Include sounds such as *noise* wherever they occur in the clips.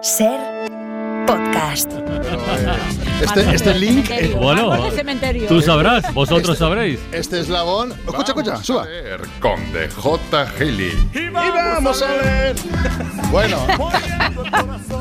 Ser podcast. Este, este link. eh, Bueno, tú sabrás, vosotros sabréis. Este eslabón. Escucha, escucha, A suba. ver, con DJ Gili. Y vamos a ver. Bueno,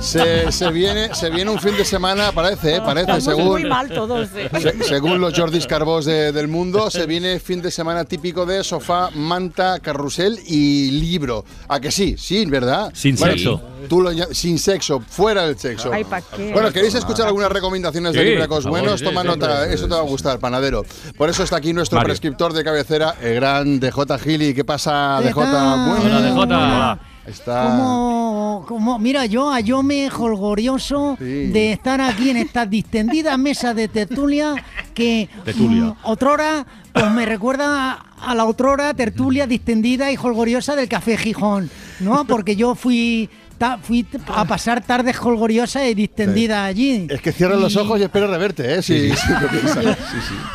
se, se viene, se viene un fin de semana, parece, eh, parece, Estamos muy según. mal todos. eh. se- según los Jordis Carbós de- del mundo, se viene fin de semana típico de sofá, manta, carrusel y libro. ¿A que sí? Sí, ¿verdad? Sin Bueno, sexo. Tú lo ll- sin sexo, fuera del sexo. Ay, ¿pa' qué? Bueno, ¿queréis escuchar algunas recomendaciones de Sí, libracos por buenos? favor, Toma sí, nota, siempre, eso te va a gustar, panadero. Por eso está aquí nuestro Mario. prescriptor de cabecera, el gran DJ Gili. ¿Qué pasa, DJ? Bueno, Hola, DJ. Hola. Está. Como, como, mira, yo a yo me jolgorioso Ah. Sí. de estar aquí en estas distendidas mesas de tertulia que Tertulia. mm, otrora pues me recuerda a- a la otrora tertulia distendida y jolgoriosa del Café Gijón, ¿no? Porque yo fui ta- fui t- a pasar tardes jolgoriosas y distendidas allí. Es que cierras los ojos y espero reverte, ¿eh? Sí, sí, lo piensas. *laughs*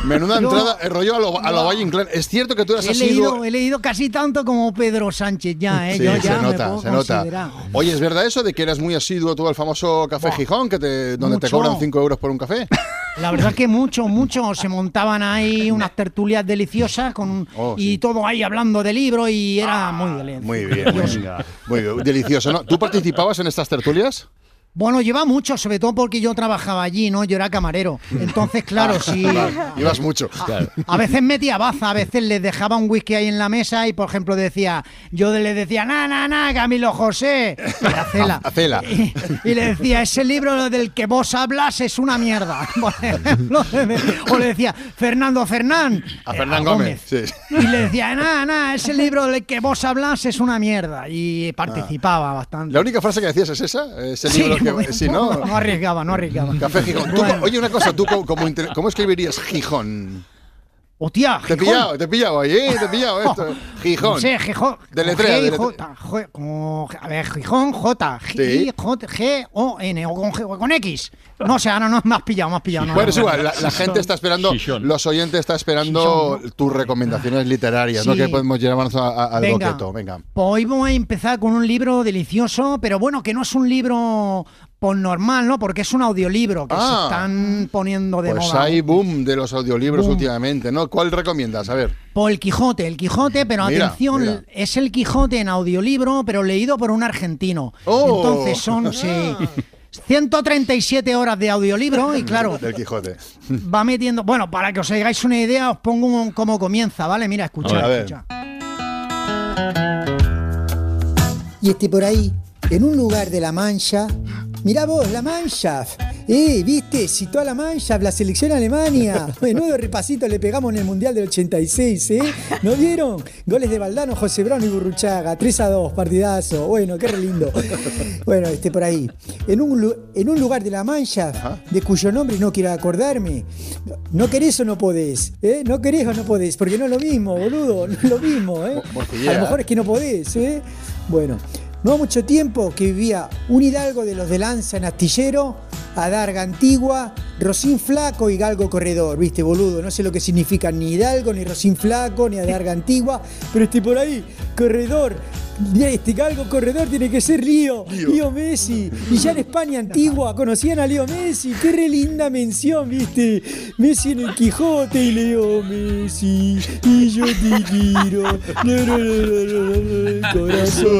Menuda Yo- entrada, el rollo a lo, a lo Valle Inclán. Es cierto que tú eras He así. leído, he leído casi tanto como Pedro Sánchez ya, ¿eh? Sí, Yo ya se me nota, puedo se nota. considerar. Oye, ¿es verdad eso de que eras muy asiduo tú al famoso Café Gijón, que te, donde te mucho. cobran 5 euros por un café? La verdad es que muchos, muchos se *laughs* montaban ahí unas tertulias deliciosas con Oh, y sí. Ah, todo ahí hablando de libros y era muy *laughs* delicioso. Muy bien, muy bien. Muy bien, delicioso. ¿no? ¿Tú participabas en estas *laughs* tertulias? Bueno, lleva mucho, sobre todo porque yo trabajaba allí, ¿no? Yo era camarero. Entonces, *laughs* claro, sí. Ah, Vale, ibas mucho. A veces metía baza, a veces les dejaba un whisky ahí en la mesa y, por ejemplo, decía, yo les decía, na, na, na, Camilo José, y la *laughs* cela. Ah, Eh, A cela. Y, y le decía, ese libro del que vos hablas es una mierda. *laughs* por ejemplo. o le decía, Fernando Fernán. A eh, Fernán Gómez. sí. Y le decía, nada, nada, ese libro del que vos hablas es una mierda. Y participaba bastante. La única frase que decías es esa, Ah. ese Sí, libro bueno, que si no no arriesgaba, no arriesgaba. Café Gijón. Tú, Bueno. Oye, una cosa, tú como, como inte- ¿cómo escribirías Gijón? Hostia, Te he Gijón. pillado, te he pillado ahí, ¿eh? te he pillado *laughs* esto. Gijón. No sé, Gijón. Deletrea, G, deletrea. J, J, como, a ver, Gijón, J, G, Sí. I, J, G, O, N, o con, G, o con X. No sé, ahora no, me has pillado, me has pillado. no, Bueno, no, es igual, no. la, la gente está esperando, Gijón. los oyentes están esperando tus recomendaciones literarias, ¿no? Sí. Que podemos llevarnos a- a- al Venga. boqueto. Venga. Pues hoy voy a empezar con un libro delicioso, pero bueno, que no es un libro por normal, ¿no? Porque es un audiolibro que Ah. se están poniendo de Pues moda. hay boom de los audiolibros Boom. últimamente, ¿no? ¿Cuál recomiendas? A ver. Por el Quijote, el Quijote, pero Mira, atención, mira. es el Quijote en audiolibro, pero leído por un argentino. Oh. Entonces *laughs* son sí, 137 horas de audiolibro *laughs* y claro, Del Quijote. *laughs* va metiendo... Bueno, para que os hagáis una idea, os pongo un- cómo comienza, ¿vale? Mira, escuchad, A ver. escuchad. y este por ahí, en un lugar de La Mancha. Mirá vos, La Mancha. Eh, viste, citó a La Mancha, la selección Alemania. Menudo repasito le pegamos en el Mundial del 86, ¿eh? ¿No vieron? Goles de Valdano, José Brown y Burruchaga. 3 a 2, partidazo. Bueno, qué re lindo. Bueno, este por ahí. En un, lu- en un lugar de La Mancha, de cuyo nombre no quiero acordarme. No querés o no podés, ¿eh? No querés o no podés, porque no es lo mismo, boludo. No es lo mismo, ¿eh? Morcillera. A lo mejor es que no podés, ¿eh? Bueno, no mucho tiempo que vivía un hidalgo de los de Lanza en Astillero, Adarga Antigua, Rocín Flaco y Galgo Corredor, ¿viste, boludo? No sé lo que significan ni hidalgo, ni Rocín Flaco, ni Adarga Antigua, pero este por ahí, Corredor. Mira, este galgo corredor tiene que ser Lío, Lío Messi. Y ya en España antigua conocían a Lío Messi. Qué re linda mención, viste. Messi en el Quijote y Leo Messi. Y yo te quiero. *laughs* No, no, no, no, no, no, corazón.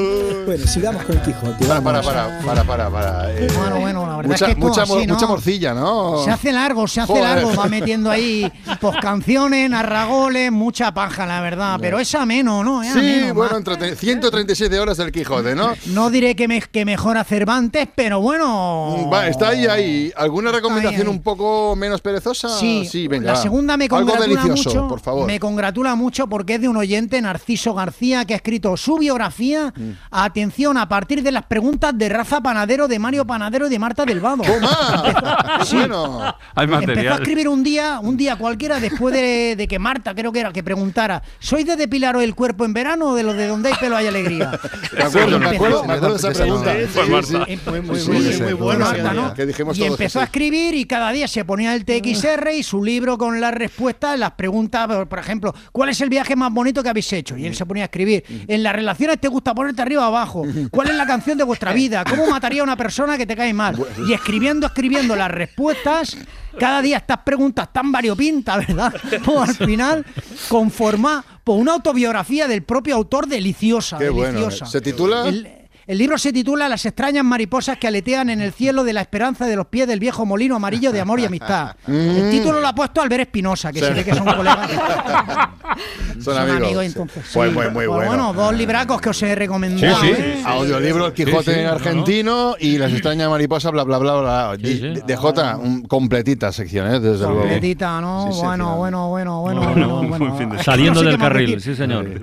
Bueno, sigamos con el Quijote. Para, vamos. para, para, para, para. para, eh. Bueno, bueno, la verdad mucha, es que todo mucha, así, mor- ¿no? mucha morcilla, ¿no? Se hace largo, se hace Joder. largo, *laughs* va metiendo ahí pues, canciones, narragoles, mucha paja, la verdad, pero es ameno, ¿no? Es Sí, ameno, bueno, más- entrete- 137 horas del Quijote, *laughs* ¿no? No diré que, me, que mejora Cervantes, pero bueno. Mm, Va, está ahí, ahí. ¿Alguna recomendación ahí. un poco menos perezosa? Sí, venga. la va. segunda me Algo congratula delicioso, mucho. por favor. Me congratula mucho porque es de un oyente, Narciso García, que ha escrito su biografía. Mm. Atención, a partir de las preguntas de Rafa Panadero, de Mario Panadero y de Marta del Vado. *laughs* ¡Toma! Sí. Bueno. Hay Empezó a material. escribir un día, un día cualquiera, después de, de que Marta, creo que era, que preguntara, ¿sois de depilaros el cuerpo en verano o de los de donde hay pelo hay día. Me acuerdo, me acuerdo, me acuerdo de esa Empezó- pregunta. Sí, Fue Marta. Muy, muy, Sí, sí, muy, sí, sí, muy sí, bueno. sí, ese sí, día. Que dijimos y todos empezó a que sí. escribir y cada día se ponía el TXR y su libro con las respuestas, las preguntas, por- por ejemplo, ¿cuál es el viaje más bonito que habéis hecho? Y él se ponía a escribir. En las relaciones te gusta ponerte arriba o abajo. ¿Cuál es la canción *laughs* de vuestra vida? ¿Cómo mataría a una persona que te cae mal? Y escribiendo, escribiendo las respuestas, cada día estas preguntas tan *laughs* variopintas, ¿verdad? Como al final conforma por una autobiografía del propio autor deliciosa, Qué bueno. ¿eh? deliciosa. ¿Se titula? El, el libro se titula Las extrañas mariposas que aletean en el cielo de la esperanza de los pies del viejo molino amarillo de amor y amistad. Mm. El título lo ha puesto Albert Espinosa, que se ve que son colegas. *laughs* Son amigos. entonces, Fue sí. muy, muy Pues bueno. Ah, dos libracos que os he recomendado. Sí, sí. ¿eh? Audiolibro El Quijote Sí, sí, no, no. argentino y Las extrañas mariposas, bla, bla, bla, bla. Sí, sí. De J, completita sección, ¿eh? desde luego. Ah. Completita, ¿no? Sí, sí, bueno, claro. bueno, bueno, bueno, Bueno, bueno, un buen bueno. fin de Es que Saliendo *laughs* no sé del qué más carril, decir. sí, señor.